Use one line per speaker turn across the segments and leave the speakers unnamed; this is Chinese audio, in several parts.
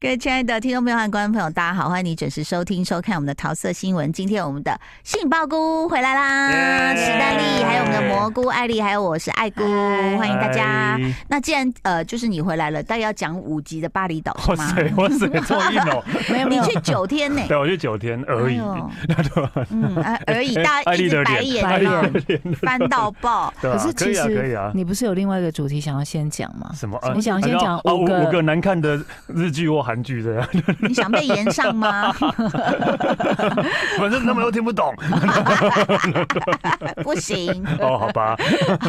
各位亲爱的听众朋友和观众朋友，大家好，欢迎你准时收听收看我们的桃色新闻。今天我们的杏鲍菇回来啦，
耶
史黛丽，还有我们的蘑菇艾丽，还有我是爱菇，欢迎大家。
嗨
那既然呃，就是你回来了，大概要讲五集的巴厘岛是
哇
吗？
塞，哇塞，这么硬 哦！
没有，你去九天 呢、
对，我就九天而已
哎。呦
那就
嗯，啊而已， 大家
艾
一
丽
直
的
白
脸，
眼
艾丽
啊
的脸，
翻到爆。
对
可
吧
是？
可
其
以啊，可以啊
实。你不是有另外一个主题想要先讲吗？
什么？呃
你想先
然后
讲
哦
五
五
个
五个难看的日剧或韩剧这样，
你想被延上吗？
反正他们都听不懂。
不行。
哦，好吧，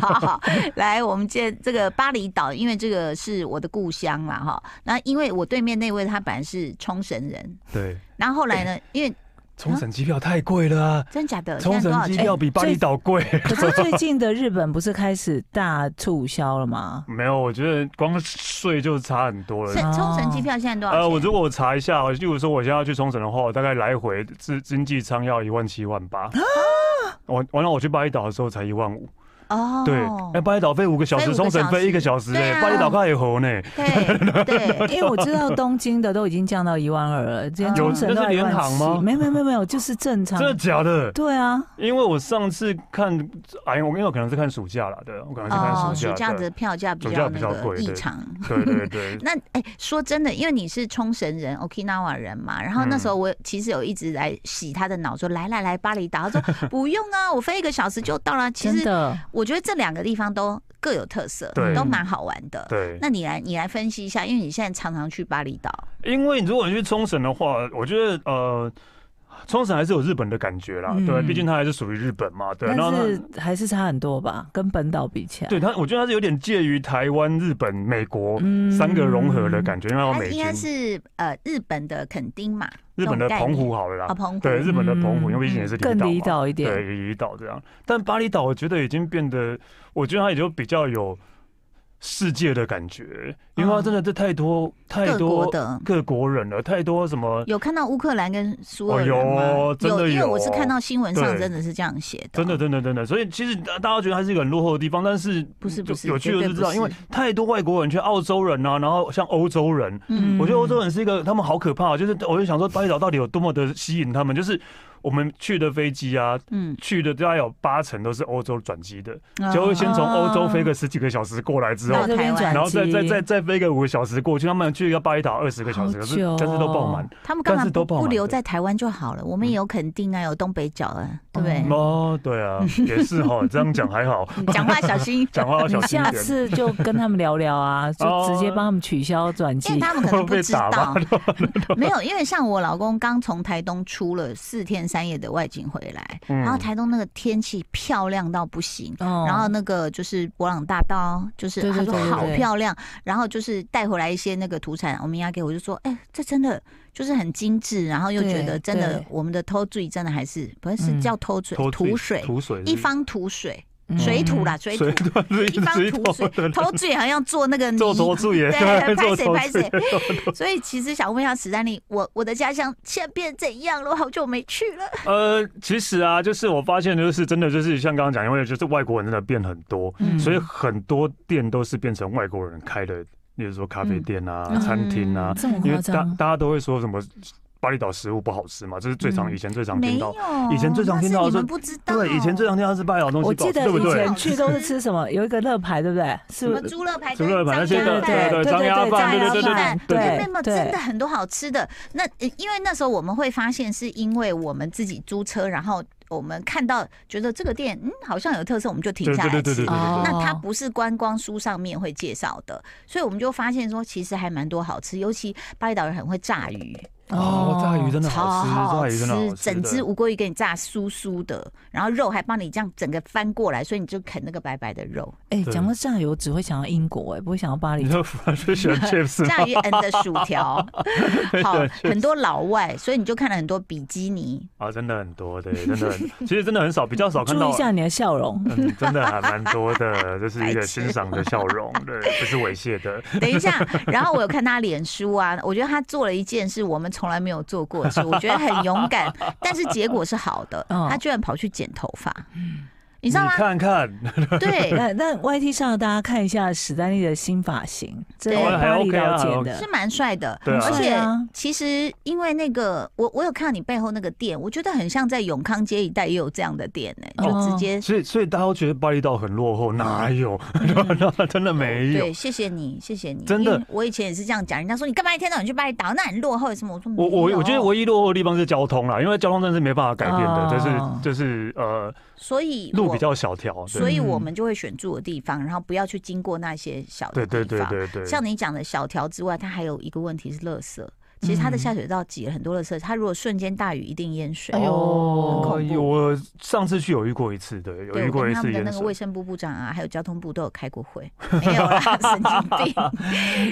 好， 来，我们这这个巴厘岛，因为这个是我的故乡啦，哈。那因为我对面那位他本来是冲绳人，
对，
然后后来呢，因为
冲绳机票太贵了啊，
真假的，现
冲
在多
绳
少
机
钱？
票比巴厘岛贵。？
可是最近的日本不是开始大促销了吗
没有，我觉得光税就差很多了
是。冲绳机票现在多少钱？
呃，我如果我查一下，例如说我现在要去冲绳的话，我大概来回经经济舱要一万七万
啊
八。完完了，我去巴厘岛的时候才一万五。
哦，
对，哎，巴厘岛飞五个小
飞
时，
五个
冲绳
小
飞一
时
个小时，
对
哎，
啊
巴厘岛快也红呢。
对对，
因为我知道东京的都已经降到一万二了，之前
有
冲绳
那
都
是联航吗
17000没有没有没有没有，就是正常
真。的假的？
对啊，
因为我上次看，哎，我因为我可能是看暑假了，对，我可能是看
哦，
暑
暑假
假
的
对
票价比
暑
较
假
那
比较
个
贵
异
对
常。
对对对
，那哎、说真的，因为你是冲绳人，Okinawa 人嘛，然后那时
嗯
候我其实有一直来洗他的脑，说来来来巴厘岛，他说 不用啊，我飞一个小时就到了。其
真
实
的。
我觉得这两个地方都各有特色，
对
都蛮好玩的。
对，
那你来，你来分析一下，因为你现在常常去巴厘岛，
因为如果你去冲绳的话，我觉得呃，冲绳还是有日本的感觉啦，对，
嗯
毕竟它还是属于日本嘛，对，
但
那
是还是差很多吧，跟本岛比起来。
对它，我觉得它是有点介于台湾、日本、美国
嗯
三个融合的感觉，因为它有
它
哦美
应该
军，
是呃日本的垦丁嘛，
日本的
这种概
澎湖
念
好了
啊
啦，
澎湖，
对，日本的澎湖，
嗯
因为毕竟也是
更离
离岛嘛。
岛一点。
对，离岛这样。但巴厘岛我觉得已经变得，我觉得它也就比较有世界的感觉，因为它真的这太多太
各国
多
的。
各国人了，太多什么。
有看到乌克兰跟苏俄
哦
人吗？
有哦真的
因为
有
我是看到新闻上
对
真的是这样写的，
真的，真的，真的，所以其实大大家觉得它是一个很落后的地方，但是
不是不
就是有趣
绝
的
对
是
不
知道，因为
是
太多外国人，像澳洲人啊，然后像欧洲人，
嗯
我觉得欧洲人是一个，他们好可怕、哦就是我就想说巴厘岛到底有多么的吸引他们，就是我们去的飞机啊，
嗯，
去的大概有八成都是欧洲转机的，
啊
就会
嗯
先从
哦
欧洲飞个十几个小时过来之后
到这
到。这
边
边
转
转
然后再再再再飞个五个小时过去，他们去要巴厘岛二十个小时，
好
可是
久哦
但是都爆满。
他们干嘛
但是
不
都爆满
不
的嗯
留在台湾就好了？我们也有垦丁啊，有东北角啊，对不对？
哦，对啊，也是哈，这样讲还好，
你讲话小心
，讲话要小
你
心
下
一点。
次就跟他们聊聊啊，就直接帮他们取消转
因为
机。
他们可 能不
被
知
打
道
吧，
没有，因为像我老公刚从台东出了四天三夜的外景回来，
嗯
然后台东那个天气漂亮到不行。
哦
然后那个就是博朗大道，就是
对
他
对
说
对对
好
对
漂亮，然后就是带回来一些那个土产，我们要给我就说，哎，这真的就是很精致，然后又觉
对
得真的
对
我们的偷醉真的还是不是是
嗯
叫偷水
偷
土水
土水
一方土水水土啦，水土
嗯水 土
一方土水， 偷醉好像做那个泥
做头注 也
对，拍
做
谁
头
拍
注
谁。 所以其实想问一下史丹利，我我的家乡现在变怎样了？我好久没去了。
呃，其实啊，就是我发现，就是真的，就是像刚刚讲，因为就是外国人真的变很多，
嗯
所以很多店都是变成外国人开的，例如说咖啡店啊、
嗯
餐厅啊，
这么
因
夸
为大
张，
大家都会说什么巴厘岛食物不好吃嘛，这是最常、
嗯
以前最常
没
听
有
到。，以前最常听到
那是你
的是
们不知道，
对，以前最常听到是巴厘岛东西
我
不好
记
吃，
得
对不
以
对啊
前？去都是吃什 么？有一个乐牌，对不对？是
什
不
么
是？
猪肋排、
除了反正现在
对对
对
对
张鸭
对
饭，对对
张鸭饭
对对
对，
对
没有
对
真的很多好吃的。那呃因为那时候我们会发现，是因为我们自己租车，然后我们看到觉得这个店嗯好像有特色，我们就停
对
下来
对对
吃
对对。对。
那它不是观光书上面会介绍的，所以我们就发现说，其实还蛮多好吃，尤其巴厘岛人很会炸鱼，
哦，炸鱼真的
超
好吃，
好
炸鱼真的好吃，
整只
对
无锅鱼给你炸酥酥的，然后肉还帮你这样整个翻过来，所以你就啃那个白白的 肉。
哎，
对
讲到炸油，只会想到英国，哎，不会想到巴黎
你。说 fish and chips 吗
炸鱼 and 的薯条，好，很多老外，所以你就看了很多比基尼，
啊，真的很多，对，真的很，其实真的很少，比较少看
注意
到
一。下你的笑容。
嗯，真的还蛮多的，就是一
白
个
痴
欣赏的笑 容，对，不是猥亵的。
等一下，然后我有看他脸书啊，我觉得他做了一件事我们从来没有做过的事，我觉得很勇敢，但是结果是好的。
嗯
他居然跑去剪头发，你知道吗？
看看，
对，
那那 YT 上大家看一下史丹利的新发型，这
对
是巴厘
哦
岛
还 OK 啊
剪
是
的，
蛮帅的，
对啊
而
很帅
且
啊
其实因为那个，我我有看到你背后那个店，我觉得很像在永康街一带也有这样的店呢、就直
嗯
接、
所以所以大家都觉得巴厘岛很落后，哪 有？那真的没有
对，。谢谢你，谢谢你，
真的，
我以前也是这样讲，人家说你干嘛一天到晚去巴厘岛，那很落后什么？我说
我我
没有
我觉得唯一落后的地方是交通啦，因为交通真的是没办法改变的，
哦
就是就是呃
所以
路
啊我
比较小条，对
所以我们就会选住的地方，然后不要去经过那些小的
对
地方。
对对对对，
像你讲的小条之外，它还有一个问题是垃圾。其实它的
嗯
下水道挤了很多垃圾，它如果瞬间大雨一定淹水。
哎呦
哦
很恐怖
有我上次去有遇过一次，对，有
对，
遇
我
过
跟
一
他
次
们的
淹
那个卫
水，
生部部长啊，还有交通部都有开过会，没有啦，神经病。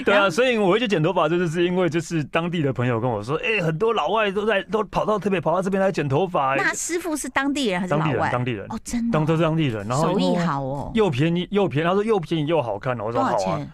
对啊，所以我会去剪头发，就是是因为就是当地的朋友跟我说，哎，很多老外都在都跑到特别跑到这边来剪头发，哎
那师傅是当地人还是
当
老
地人
外？
当地人
哦，真的
当
哦，
都是当地人，然后
手艺好哦，
又便宜又便宜，他说又便宜又好看，然后我
多
说
少
好啊，
钱？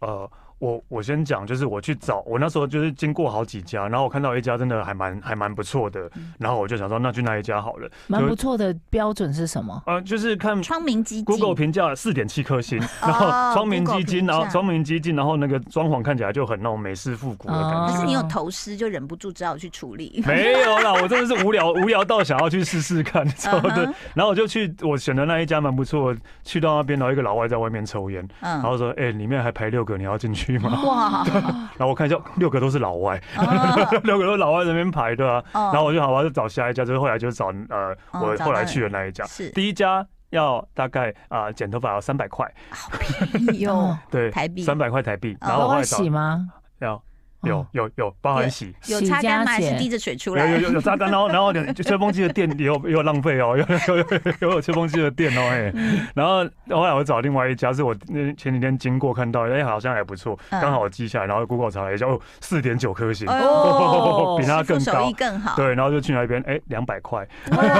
呃，我我先讲，就是我去找，我那时候就是经过好几家，然后我看到一家真的还蛮还蛮不错的
嗯，
然后我就想说那去那一家好了，
蛮不错的。标准是什么？
呃，就是看
窗明几净
Google 评价四点七颗星，然后窗明几
Google
净，
评价
然后窗明几净，然后那个装潢看起来就很那种美式复古的感
可
觉。
是你有头湿，就忍不住只好去处理。
没有啦，我真的是无聊，无聊到想要去试试看，之后的
嗯哼，
然后我就去，我选的那一家蛮不错，去到那边，然后一个老外在外面抽烟，然
嗯，
后说，哎、里面还排六个，你要进去吗？
哇，
然后我看一下，六个都是老外，
哦
六个都是老外在那边排的啊。
哦
然后我就好吧，就找下一家，就是后来就找呃，
嗯
我
找到
后来
了
去的那一家，
是
第一家要大概啊、剪头发要三百块，
有
对，
台币
三百块台币，
哦
然后
嗯包
我后
括
来找
洗吗？
有有
哦
有有包含洗。
有
洗
擦干
加
吗？还是
减
滴着水出
有
来
有？有有炸弹，然后然后你就吹风机的电也有也有浪费哦，有有有有有吹风机的电哦，哎、
嗯
然后后来我找另外一家，是我那前几天经过看到，哎、好像还不错，
嗯
刚好我记下来，然后 Google 查了一下，哦，四点九颗星，
哎呦
哦，比它
师傅
更
手啊
高
艺，更好。
对，然后就去那边，哎、两百块，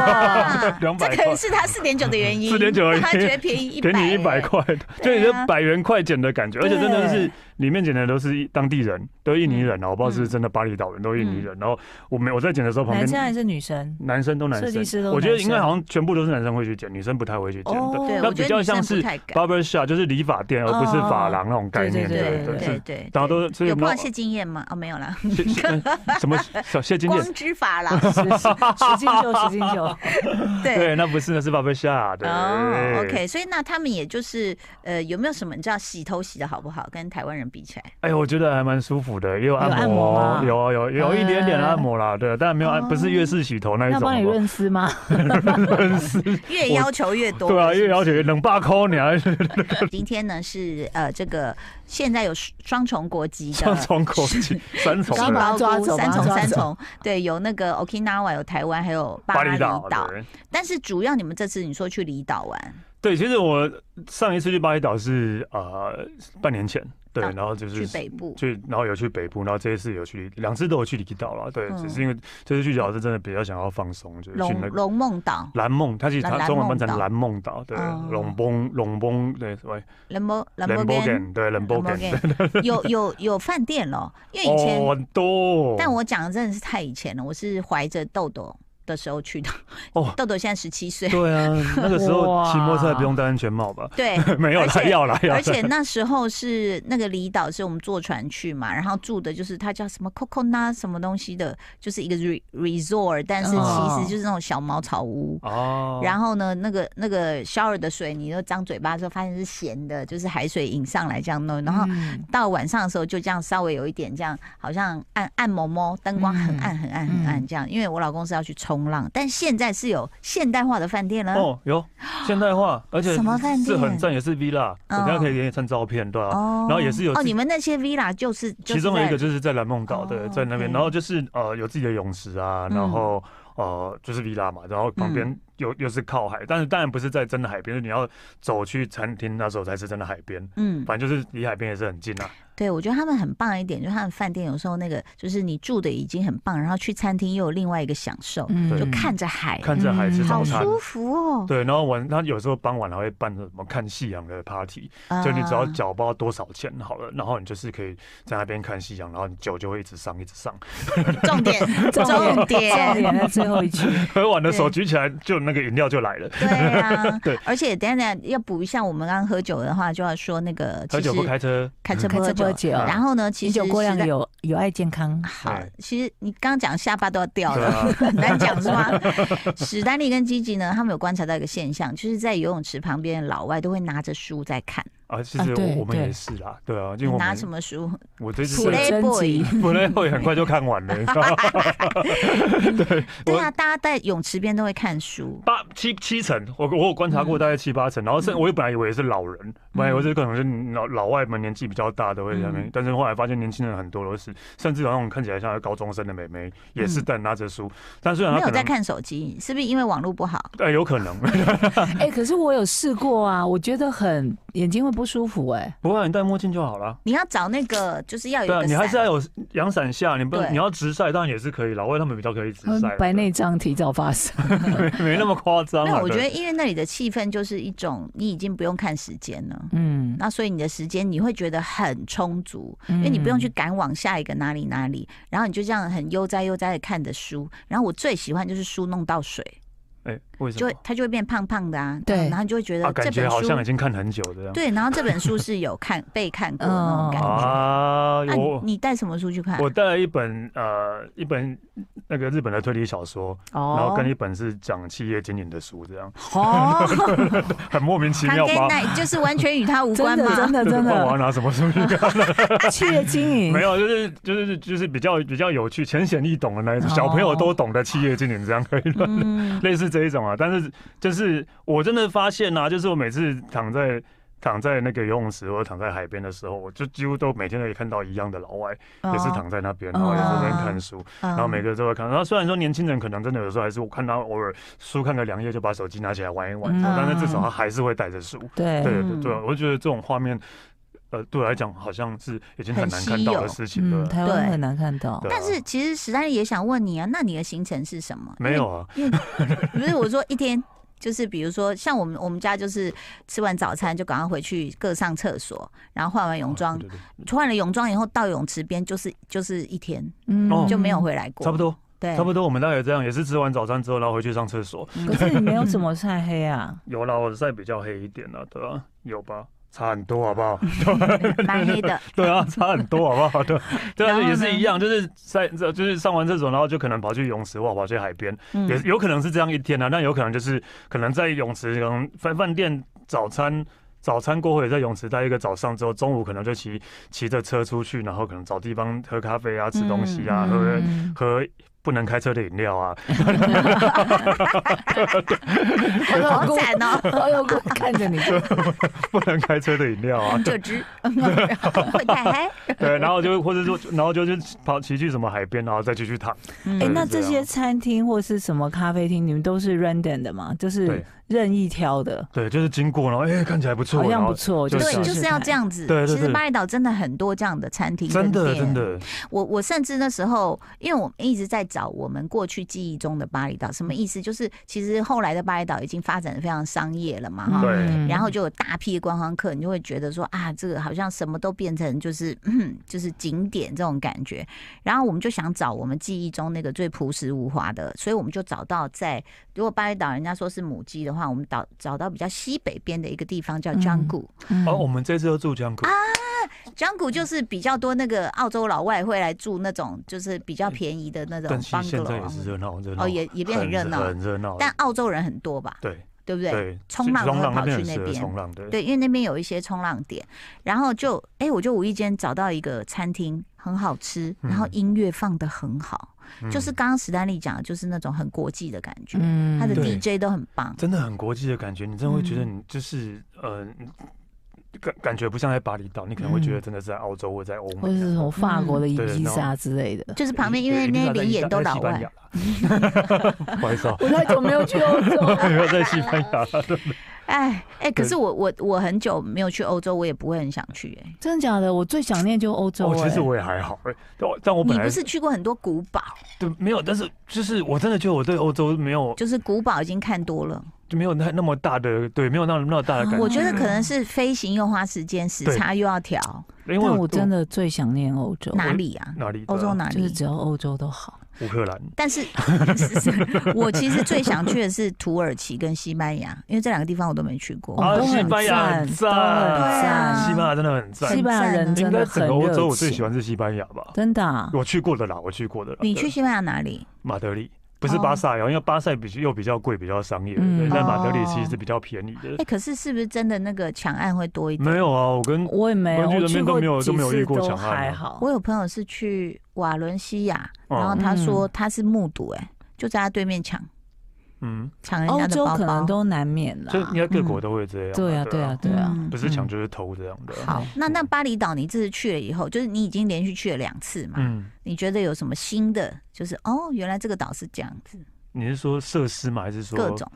哇
两
这
百
可
块
能。是他四点九的原因，
4.9而已
他觉得便宜一
给
百，啊
你一百，块， 就有些百元快剪的感觉，而且真的是
对
里面剪的都是当地人，都是印尼
嗯
人哦，我不知道是不是真的巴厘岛人，都是印尼人。然后我没我在剪的时候，旁
男生还
边
是女生？
男生都男
设计师
生，
都
我觉得应该
男生
好像全部都是男生会去剪，女生不太会去剪的。
哦
对，
那
我觉
比
得
较
女生不
像是
太敢
barber shop 就是理发店，而不是发廊那种概念，
对
对
对
对
对
对
是。
对，
然后都是所以
有
我们
碰到谢金燕吗？哦，没有啦，
谢谢呃什么小谢金燕，
光之法郎。
十十进 九，十进九。
对。
对，那不是那是 barber shop 的。
哦、o k 所以那他们也就是呃，有没有什么你知道洗头洗的好不好，跟台湾人比起来？
哎，我觉得还蛮舒服的，也有按
按
摩
摩
哦
吗，
有啊有有一点点按摩啦，对，但没有按，不是越式洗头那一
那
种。
帮你
好不好
润丝 吗？
越要求越多。
对啊，
是不
越
是
了解冷霸抠，你 还是
今天呢是呃，这个现在有双重国籍的
双重口气，三重
高
刚
的
把
高
他抓
估
走
三重
把他抓
三
走
重，对，有那个 Okinawa，有台湾，还有巴厘岛。
对
但是主要你们这次你说去离岛玩，
对，其实我上一次去巴厘岛是呃半年前，对，
啊
然后就
去
是。
北部，
去，然后有去北部，然后这一次有去两次都有去离岛了，对，
嗯
只是因为这次去离岛是真的比较想要放松，就是去
龙
那个
龙梦岛，
蓝梦，它其实
蓝
它
蓝
中文翻成
梦岛
蓝梦岛，对
哦，
龙崩龙崩，对，喂，
兰博兰博
冷波
根，
根，对，冷波根，
根，有有有饭店咯，因为以前
哦，很多，
但我讲的真的是太以前了，我是怀着豆豆的时候去的。
哦
豆豆现在十七岁，
对啊，那个时候
哇
骑摩托车还不用戴安全帽吧？
对。
没有
而
啦，
且
要啦，要啦
而且那时候是那个离岛，是我们坐船去嘛，然后住的就是它叫什么 Coconut 什么东西的，就是一个 re resort，但是其实就是那种小茅草屋。
哦，
然后呢，那个那个 shower 的水，你就张嘴巴的时候发现是咸的，就是海水引上来这样弄，然后
嗯
到晚上的时候就这样稍微有一点这样，好像暗暗蒙蒙，灯光很暗很暗很暗这样。因为我老公是要去冲浪，但现在是有现代化的饭店了。
哦，有现代化，而且
什么饭
是很
店
赞，也是 villa，我等下可以给你看照片，对啊。
嗯哦
然后也是有
哦，
自己
你们那些 villa 就是
其中一个
就
就是在蓝梦岛，
哦
对，在那边，
OK
然后就是呃有自己的泳池啊，然
嗯
后呃就是 villa 嘛，然后旁边
嗯
又又是靠海，但是当然不是在真的海边，就是你要走去餐厅那时候才是真的海边，
是在嗯，
反正就是离海边也是很近啊。
对，我觉得他们很棒一点，就是他们饭店有时候那个就是你住的已经很棒，然后去餐厅又有另外一个享受，
嗯
就看着海，
看着海吃
哎嗯好
早餐。
舒服哦。
对，然后晚，他有时候傍晚还会办什么看夕阳的 party，就你只要
啊
缴不知道多少钱好了，然后你就是可以在那边看夕阳，然后你酒就会一直上一直上，
重点
重点
重
重
点
点。在最后一句，
喝完的手举起来就那个饮料就来了，
对啊，
对
而且等一下等一下要补一下，我们刚刚喝酒的话，就要说那个
喝
其实
酒不开车，
开车
开
不
车
喝
不喝酒，
然后呢，其
饮
实
酒过量
实在
有有碍健康。
好
对，啊
其实你刚刚讲下巴都要掉
哎对
了，
啊，
很难讲是吗？史丹利跟吉吉呢，他们有观察到一个现象，就是在游泳池旁边的老外都会拿着书在看，
啊，其
啊
实
对
我我们
对
也是啦，对啊，因
你
为我
拿什
们
么书？
我这次
普
是
雷
真
Playboy
集
不 然会很快就看完了，你知道 吗
对啊，大家在泳池边都会看书。
八七七成，我我有观察
嗯
过大概七八成，然后
嗯
甚我本来以为是老人，本来以为是可能是老老外们年纪比较大的会在那
嗯
边，但是后来发现年轻人很多都是，甚至有那种看起来像是高中生的妹
嗯
妹也是在拿着书，但虽然
没
她
有
可
在
能
看手机，是不是因为网络不好？
呃有可能，
哎，可是我有试过啊，我觉得很眼睛会不舒服哎。
不过你戴墨镜就好了。
你要找那个，就是要有
对啊，
一
你
个
还是要
伞。
有阳伞下，你不
对
你要直晒当然也是可以，老外他们比较可以直
他们
晒，
白内障提早发生，
对 没那么夸张
没
啊。
有，我觉
对
得因为那里的气氛就是一种，你已经不用看时间了。
嗯，
那所以你的时间你会觉得很充足，
因
因为你不用去赶往下一个哪里哪里，然后你就这样很悠哉悠哉的看着书。然后我最喜欢就是书弄到水，
哎，为什
就会
么
它就会变胖胖的啊，
对
然后你就会觉
啊？
得这
感觉
本
好像已
书
经看很久这样。
对，然后这本书是有看被看过的那种感
嗯
觉。
啊，
那
我
你你带什么书去看？
我带了一本呃一本那个日本的推理小说，
哦
然后跟一本是讲企业经营的书，这样
哦，
很莫名其
他
妙
跟
吧？
那就是完全与他无
真
关嘛。
的 真的真
不然我要
的
拿什么书去看？
企 业经 营
没有，就是就是就是比较比较有趣、浅显易懂的那一种，
哦
小朋友都懂的企业经营，这样可以了。
嗯，
类似这一种啊，但是就是我真的发现啊，就是我每次躺在躺在那个游泳池或者躺在海边的时候，我就几乎都每天都可以看到一样的老外，
哦
也是躺在那边，然后也是在那边看书。
然
然后每个都会看。然后虽然说年轻人可能真的有时候还是我看他偶尔书看个两页就把手机拿起来玩一玩，
嗯
但是至少他还是会带着书。
对
对对
嗯
对对，我就觉得这种画面，呃，对我来讲好像是已经很难看到的事情
嗯，
了。
台湾很难看到
对啊
但是其实史丹利也想问你啊，那你的行程是什么？
没有啊，
因为，因为不是我说一天。就是比如说，像我们我们家就是吃完早餐就赶快回去各上厕所，然后换完泳装，
哦对对
换了泳装以后到泳池边就是就是一天
嗯
哦
就没有回来过，
对差不多，
对，
差不多，我们大概这样，也是吃完早餐之后，然后回去上厕所。，
嗯
可是你没有什么晒黑啊
有啦，我的晒比较黑一点了，对吧、有吧？差很多好不好？
蛮黑 的，
对啊，差很多好不 好？对，对
然
啊，
后呢
也是一样，就是晒，就是上完厕所，然后就可能跑去泳池或跑去海边，
嗯
也有可能是这样一天啊，但有可能就是可能在泳池，可能饭饭店早餐。早餐过后也在泳池待一个早上之后，中午可能就骑骑着车出去，然后可能找地方喝咖啡啊、吃东西啊、
嗯
喝喝不能开车的饮料啊。
我有
好
过
惨 哦，
我有过哎看 着你，
不能开车的饮料啊，
就知 会太黑，
对，然后就或者说，然后就就跑骑去什么海边，然后再继续躺。
嗯
哎，
对啊
那
是这
这
样
些餐厅或是什么咖啡厅，你们都是 random 的吗？就是
对
任意挑的，
对，就是经过，然后哎、看起来不错，
好
然
像
后
不错，
就
试
对，
试
就是要这样子。
对对对
其实巴厘岛真的很多这样的餐厅，
真的真。的，
我我甚至那时候，因为我们一直在找我们过去记忆中的巴厘岛，什么意思？就是其实后来的巴厘岛已经发展的非常商业了嘛，
看。
哈。
对
嗯
然后就有大批的观光客，你就会觉得说啊，这个好像什么都变成就是、嗯、就是景点这种感觉。然后我们就想找我们记忆中那个最朴实无华的，所以我们就找到在如果巴厘岛人家说是母鸡的话，我们找找到比较西北边的一个地方叫
嗯
j a n g u
嗯
哦，我们这次又住江
啊
口，
j a n g u 就是比较多那个澳洲老外会来住那种就是比较便宜的那种
但是现
bungalow
在也
啊
是热闹热闹，
哦，也也变很热闹，
很热闹。
但澳洲人很多吧，
对
对不对？
对，
冲浪
冲
都会
浪
跑
那边
去
很
那
适合
边
冲浪，对
对，因为那边有一些冲浪点，然后就哎、我就无意间找到一个餐厅，很好吃，然后
嗯
音乐放的很好，
嗯
就是刚刚史丹利讲，的，就是那种很国际的感觉，
嗯
他的
对
DJ 都很棒。
真的很国际的感觉，你真的会觉得
嗯
你就是呃。感感觉不像在巴厘岛，你可能会觉得真的是在澳洲或在欧
或
美
者是
嗯
什么
啊，
法国的伊
对
比
然后
萨之类的。
就是旁边，因为
对
那
一
边
定
连演都
在
老
西班
外
牙，啦 不好意思啊，
我太久没有去欧洲了，
没有在西班牙了，
哎哎，可
对
是我我我很久没有去欧洲，我也不会很想去哎、
真的假的？我最想念就欧洲、
哦，
哎
其实我也还好、哎，但我但我本
你
来
不是去过很多古堡，
对没有，但是就是我真的觉得我对欧洲没有
就是古堡已经看多了。
就没有那那么大的对，没有那那么大的感
啊
觉。
我觉得可能是飞行又花时间，时
对
差又要调。
因为
但我真的最想念欧洲，
哪里啊？
哪里的
欧洲哪
就是
里？
只要欧洲都好。
乌克兰，
但是， 是是我其实最想去的是土耳其跟西班牙，因为这两个地方我都没去过。
哦
啊，
都
西
很
班牙很
赞都
很
赞，
赞
西班牙真的很赞
啊很
啊西。班牙人
应
真
该
的
整
很
个欧洲
热
我最喜
情，
欢是西班牙吧？
真的啊、
我去过的啦，我去过的啦。
你
对
去西班牙哪里？
马德里，不是
哦
巴萨呀，因为巴萨比又比较贵，比较商业，
嗯
对，但马德里其实
哦
是比较便宜的
哎、。可是是不是真的那个抢案会多一点？
没有啊，我跟
我也没有，
我去
我
那
去
边都
过
没有
几
都没有遇
次
过
都
强悍
还
啊
好。
我有朋友是去瓦伦西亚，
哦
然后他
嗯
说他是目睹、哎、就在他对面抢
嗯，
抢人
欧
家的
洲
包
哦可能
包。
都难免啦
就。应该各国
嗯
都会这样啊。
对啊，对啊，，对啊。
嗯
不是抢就是偷这样的。
好，那那巴厘岛你这次去了以后，就是你已经连续去了两次嘛？
嗯，
你觉得有什么新的？就是哦，原来这个岛是这样子，
你是说设施吗？还是说
各种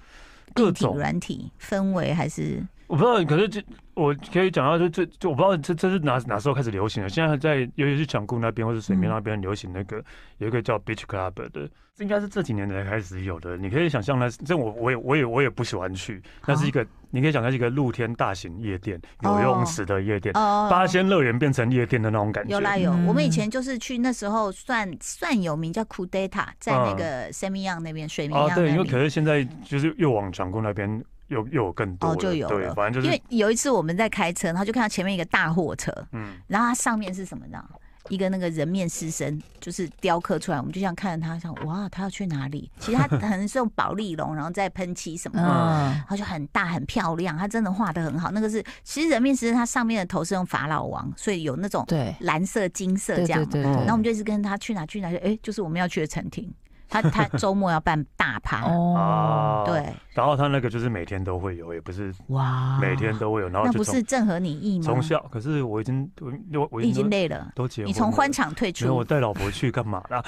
各
硬体
种
软体氛围还是
我不知道，可是这我可以讲到，就这就我不知道这这是哪哪时候开始流行的。现在在尤其是抢固那边或是水面
嗯
那边流行那个、有一个叫 Beach Club 的，这应该是这几年才开始有的。你可以想象那是这我我也我也我也不喜欢去，那是一
啊
个你可以想象是一个露天大型夜店，有游泳池的夜店，
哦
八仙乐园变成夜店的那种感觉。
有啦有，
嗯
我们以前就是去那时候算算有名叫 Kudeta，在那个 Semiyang 那边水明
啊，
漾
嗯对，因
那
为可
里。
是现在就是又往抢固那边又又有更多
哦
了，
就有
对
了，
反正
因
就是
为有一次我们在开车，然后就看到前面一个大货车，
嗯，
然后它上面是什么呢？一个那个人面狮身，就是雕刻出来，我们就想看着它，想哇，它要去哪里？其实 它可能是用宝丽龙，然后再喷漆什么的，
嗯，
然后就很大很漂亮，它真的画的很好。那个是其实人面狮身它上面的头是用法老王，所以有那种
对，
蓝色、金色
对
这样
对
嘛。
对对。
嗯
然后我们就一直跟他去哪去哪，就哎，就是我们要去的餐厅。他他周末要办大 趴，
哦，
啊，，
嗯对，
然后他那个就是每天都会有，也不是
哇，哦
每天都会有，然后
啊那
就
不
从
是正合你意吗？
从小，可是我已经我我
你已
都
经累了，
都结婚了，
你从欢场退
没有我
出，
带老婆去干嘛啦？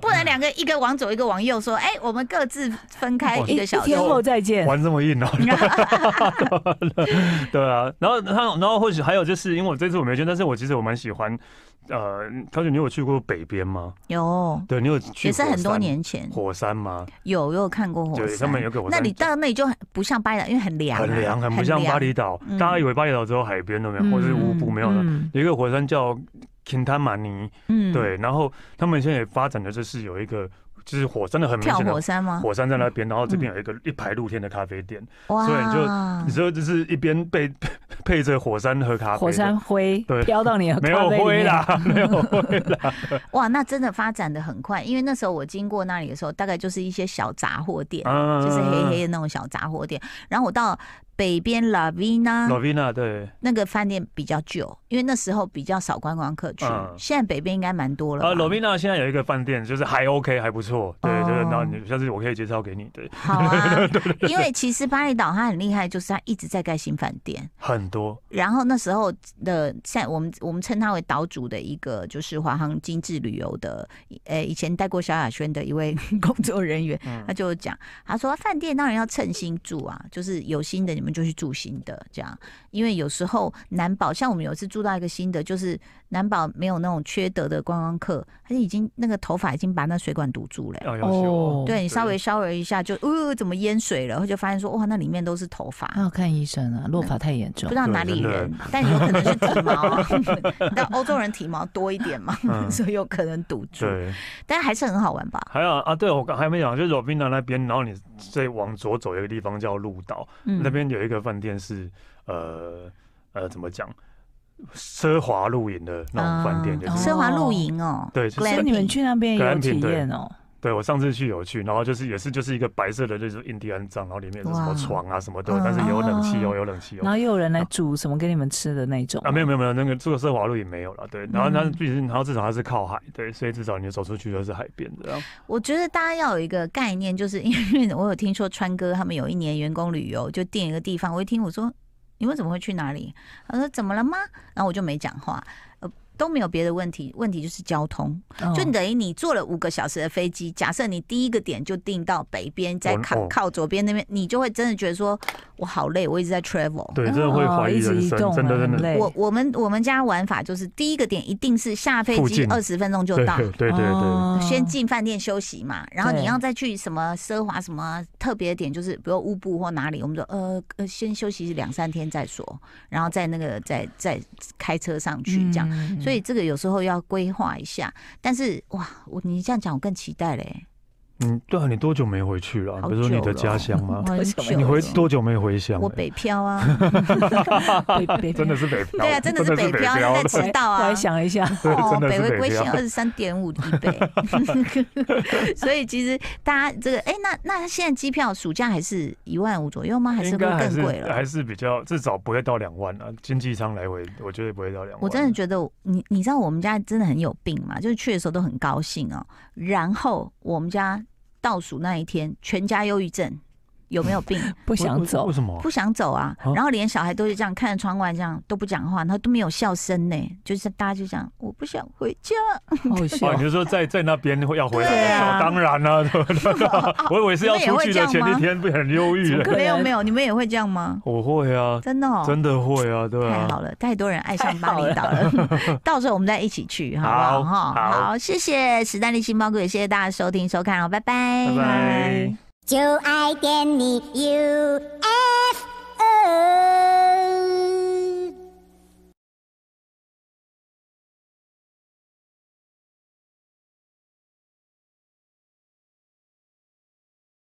不 能两个一个往左一个往右说，哎，我们各自分开
哇
一个小时
天。后再见。
玩这 么硬啊？ 对啊，然后他然后或许还有就是因为我这次我没去，但是我其实我蛮喜欢。呃，涛姐，你有去过北边吗？
有，
对你有去
也是
火
很多
山
年前
火山吗？
有我有看过火
对，他
山
们，有个火
那
山
你，到那里就很不像巴厘岛，因为很凉啊，
很凉，很不像巴厘
凉。
岛
嗯。
大家以为巴厘岛只有海边都没有，或者是乌布没有的，
嗯
有一个火山叫 Kintamani，
嗯，
对，然后他们现在也发展的就是有一个，就是火山的很明
跳
显
火
的
山吗？嗯
火山在那边，然后这边有一个一排露天的咖啡店，
哇，
所以你就
嗯
你说就是一边被 配着火山喝咖啡，
火山灰
对
飘到你的
没有
咖啡里
灰
面，
啦， 没有灰啦，
哇，那真的发展的很快，因为那时候我经过那里的时候，大概就是一些小杂货店，
嗯
就是黑黑的那种小杂货店。然后我到北边 Lavina
老宾娜嗯对，
那个饭店比较旧，因为那时候比较少观光客去
嗯，
现在北边应该蛮多了吧。
啊，老宾娜现在有一个饭店，就是还 OK 还不错，对
哦
对，然后你下次我可以介绍给你， 对，
好啊，因为其实巴厘岛它很厉害，就是它一直在盖新饭店。
很多，
然后那时候的，现在我们我们称它为岛主的一个，就是华航精致旅游的，呃，以前带过萧亚轩的一位 工作人员，
嗯
他就讲，他说饭店当然要称心住啊，就是有新的你们就去住新的，这样，因为有时候难保像我们有一次住到一个新的，就是难保没有那种缺德的观光客，他已经那个头发已经把那水管堵住了、
要要
哦
求，，
对你稍
对
微稍微一下就，呃，怎么淹水了？然后就发现说，哇，那里面都是头发。
还要看医生啊，落发太严
不
重
知。道
对
哪里
哦真的
人，但有可能是体毛、 啊， 但欧洲人体毛多一点嘛，
嗯
所以有可能堵住，
对。
但还是很好玩吧？
还有啊，对我刚还没讲，就是罗宾娜那边，然后你再往左走，有一个地方叫鹿岛，
嗯
那边有一个饭店是呃呃怎么讲，奢华露营的那种饭店，
嗯
就是、
奢华露营哦，
对，就是
所以你们去那边也有体验哦，
对我上次去有去，然后就是也是就是一个白色的，就是印第安帐，然后里面有什
哇
么床啊什么的
嗯，
但是也有冷气哦，有冷气
然
哦。
后又有人来煮什么给你们吃的那种哦
啊，没有没有没有，那个这个奢华露营没有了，对。然后它
嗯
毕竟，然后至少它是靠海，对，所以至少你走出去都是海边这样。
我觉得大家要有一个概念，就是因为我有听说川哥他们有一年员工旅游就定一个地方，我一听我说你为什么会去哪里？他说怎么了吗？然后我就没讲话。呃，都没有别的问题，问题就是交通。
嗯
就等于你坐了五个小时的飞机，假设你第一个点就定到北边，再
哦
靠
哦
靠左边那边，你就会真的觉得说，我好累，我一直在 travel。
对，真的会怀疑
哦一
人
直移
生，
动
真的
啊
真
很
的，
累
我我们我们家玩法就是第一个点一定是下飞
附
机
近
二十分钟就
对
到，
对对对，
哦
先进饭店休息嘛，然后
对
你要再去什么奢华什么特别的点，就是比如乌布或哪里，我们说呃呃先休息两三天再说，然后再那个再再开车上去这样。
嗯
所以这个有时候要规划一下，但是哇，我你这样讲我更期待嘞、
嗯，对啊，你多久没回去了？啊
好
比如说你
久
的
了
家乡 吗？
我很
久
久
你回
了
多久没回乡
我
了？
北漂 啊，
北北
真的 是北漂，
对啊，真的是北漂，
真
那
的
在
是北
赤道
我
啊
来。想一下，
对
哦，
真的
北
是
回归
北
线
漂
二十 三点五以北， 所以其实大家这个，哎、那那现在机票暑假还是一万五左右吗？还是
应
会
该还
更
是
贵了？
还是比较至少不会到两万啊，经济舱来回我觉得不会到两万。
我真的觉得你，你知道我们家真的很有病嘛？就是去的时候都很高兴哦，然后我们家倒数那一天，全家忧郁症，有没有病？
不
为
想
为
走
为。什么？
不想走啊
啊，
然后连小孩都是这样看着窗外，这样都不讲话，然后都没有笑声呢，就是大家就这样，我不想回家，
好笑
哦，你。是说在在那边会要回来的
对
时
啊
候？当然啦，对不对我以为是要
你们也
出
会
去的
这
前
样吗
一天不很忧郁
怎么可
了。
能
没有没 有，你们也会这样吗？
我会啊，
真的哦，
真的会啊，对
太
啊。
好了，太多人爱上巴厘岛了。 到时候我们再一起去，好不好？
好
哈，
好
好，谢谢史丹利新猫哥，也谢谢大家收听收看哦，拜拜
拜拜。
就爱点你 UFO。